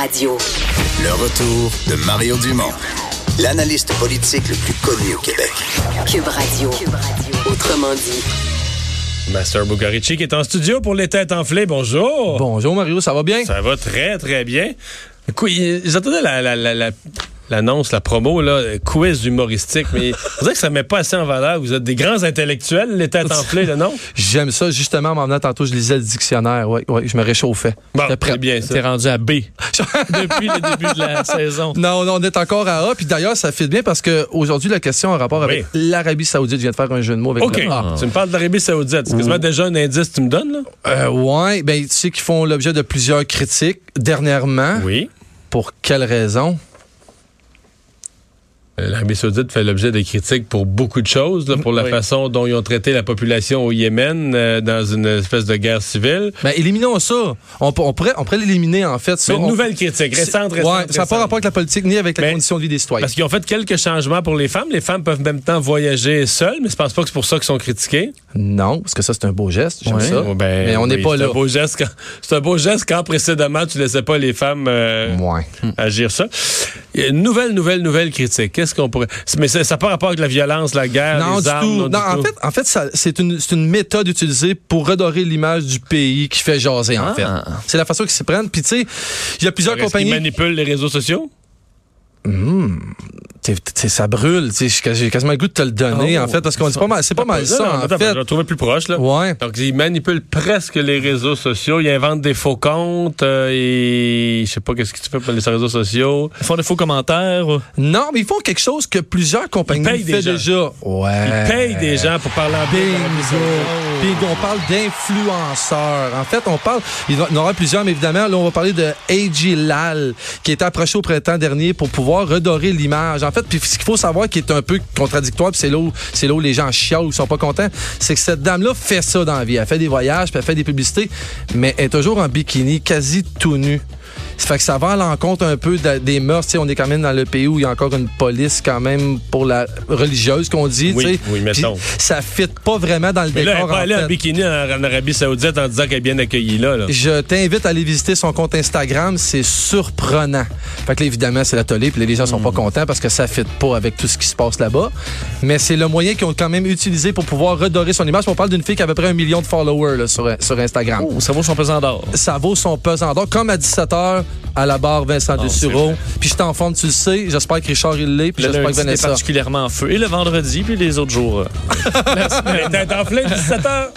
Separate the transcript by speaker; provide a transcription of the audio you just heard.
Speaker 1: Radio.
Speaker 2: Le retour de Mario Dumont, l'analyste politique le plus connu au Québec.
Speaker 1: Cube Radio. Cube Radio. Autrement dit.
Speaker 3: Master Bugarici qui est en studio pour les têtes enflées. Bonjour.
Speaker 4: Bonjour Mario, ça va bien?
Speaker 3: Ça va très, très bien. Écoute, j'attendais la, la, la, la l'annonce, la promo, là, quiz humoristique, mais on dirait que ça met pas assez en valeur. Vous êtes des grands intellectuels, les têtes enflées, là, non?
Speaker 4: J'aime ça, justement, m'en venant tantôt, je lisais le dictionnaire, ouais, ouais, je me réchauffais.
Speaker 3: Bon, c'est bien ça.
Speaker 5: T'es rendu à B depuis le début de la saison.
Speaker 4: Non, non, on est encore à A, puis d'ailleurs, ça fait bien parce que aujourd'hui la question en rapport avec
Speaker 3: Oui.
Speaker 4: l'Arabie Saoudite, je viens de faire un jeu de mots avec
Speaker 3: OK. Ah.
Speaker 4: le
Speaker 5: Ah.
Speaker 4: A.
Speaker 3: Tu me parles de l'Arabie Saoudite. C'est quasiment déjà un indice que tu me donnes, là?
Speaker 4: Euh, ouais, ben, tu sais qu'ils font l'objet de plusieurs critiques dernièrement.
Speaker 3: Oui.
Speaker 4: Pour quelle raison?
Speaker 3: L'Arabie Saoudite fait l'objet de critiques pour beaucoup de choses, là, pour la
Speaker 5: Oui.
Speaker 3: façon dont ils ont traité la population au Yémen euh, dans une espèce de guerre civile.
Speaker 4: Ben, éliminons ça. On, on pourrait, on pourrait l'éliminer, en fait. Ça,
Speaker 3: C'est une
Speaker 4: on-
Speaker 3: nouvelle critique, récente, récente.
Speaker 4: Ouais, ça n'a pas
Speaker 3: récente.
Speaker 4: rapport avec la politique ni avec la
Speaker 3: Mais-
Speaker 4: condition de vie des citoyens.
Speaker 3: Parce qu'ils ont fait quelques changements pour les femmes. Les femmes peuvent en même temps voyager seules, mais je pense pas que c'est pour ça qu'ils sont critiqués.
Speaker 4: Non, parce que ça, c'est un beau geste. J'aime
Speaker 5: Ouais.
Speaker 4: ça.
Speaker 3: Oh, ben,
Speaker 4: Mais on n'est
Speaker 3: oui,
Speaker 4: pas
Speaker 3: c'est
Speaker 4: là.
Speaker 3: un beau geste quand- C'est un beau geste quand précédemment, tu laissais pas les femmes euh,
Speaker 4: Ouais.
Speaker 3: agir ça. Il y a une Nouvelle, nouvelle, nouvelle critique. Qu'est-ce qu'on pourrait. Mais ça n'a pas rapport avec la violence, la guerre,
Speaker 4: Non,
Speaker 3: les
Speaker 4: du
Speaker 3: armes.
Speaker 4: tout.
Speaker 3: non, du
Speaker 4: Non, en
Speaker 3: tout.
Speaker 4: fait, en fait ça- c'est une, c'est une méthode utilisée pour redorer l'image du pays qui fait jaser, en
Speaker 5: Ah.
Speaker 4: fait. C'est la façon qu'ils s'y prennent. Puis, tu sais, il y a plusieurs
Speaker 3: Est-ce qu'ils
Speaker 4: compagnies.
Speaker 3: manipulent les réseaux sociaux?
Speaker 4: T'sais, t'sais, ça brûle. t'sais, J'ai j'ai quasiment le goût de te le donner,
Speaker 5: Oh.
Speaker 4: en fait, parce qu'on c'est pas mal, c'est pas mal
Speaker 3: Non, non,
Speaker 4: ça, en
Speaker 3: attends,
Speaker 4: fait.
Speaker 3: Je vais trouver plus proche, là.
Speaker 4: Ouais.
Speaker 3: Donc, ils manipulent presque les réseaux sociaux. Ils inventent des faux comptes. euh, et je sais pas qu'est-ce que tu fais pour les réseaux sociaux.
Speaker 5: Ils font des faux commentaires.
Speaker 4: Non, mais ils font quelque chose que plusieurs compagnies
Speaker 3: payent des
Speaker 4: font
Speaker 3: gens.
Speaker 4: déjà. Ouais.
Speaker 3: Ils payent des gens pour parler en bien. de l'Arabie
Speaker 4: Bingo.
Speaker 3: Saoudite.
Speaker 4: Euh, Bingo. On parle d'influenceurs. En fait, on parle, il y en aura plusieurs, mais évidemment, là, on va parler de A.G. Lal, qui a été approché au printemps dernier pour pouvoir redorer l'image. En fait, puis ce qu'il faut savoir qui est un peu contradictoire, puis c'est là où, c'est là où les gens chialent ou sont pas contents, c'est que cette dame-là fait ça dans la vie. Elle fait des voyages, puis elle fait des publicités, mais elle est toujours en bikini, quasi tout nu. Ça fait que ça va à l'encontre un peu de- des mœurs. Tu sais, on est quand même dans le pays où il y a encore une police quand même pour la religieuse qu'on dit.
Speaker 3: Oui,
Speaker 4: tu sais.
Speaker 3: oui, mettons.
Speaker 4: Puis ça fit pas vraiment dans le
Speaker 3: Mais là, elle
Speaker 4: décor.
Speaker 3: n'est pas
Speaker 4: en
Speaker 3: allée en
Speaker 4: fait.
Speaker 3: bikini en, en Arabie Saoudite en disant qu'elle est bien accueillie là. là.
Speaker 4: Je t'invite à aller visiter son compte Instagram, c'est surprenant. Fait que là, évidemment, c'est la tollée, puis là, les gens sont pas contents parce que ça fit pas avec tout ce qui se passe là-bas. Mais c'est le moyen qu'ils ont quand même utilisé pour pouvoir redorer son image. On parle d'une fille qui a à peu près un million de followers là, sur, sur Instagram.
Speaker 5: Oh, ça vaut son pesant d'or.
Speaker 4: ça vaut son pesant d'or. Comme à 17h, à la barre Vincent
Speaker 5: Oh,
Speaker 4: Dessureau. Puis je suis en forme, tu le sais. J'espère que Richard, il l'est. Puis
Speaker 5: Le
Speaker 4: j'espère que
Speaker 5: lundi, t'es
Speaker 4: Vanessa.
Speaker 5: particulièrement en feu. Et le vendredi, puis les autres jours. euh.
Speaker 3: Les têtes enflées, 17 heures.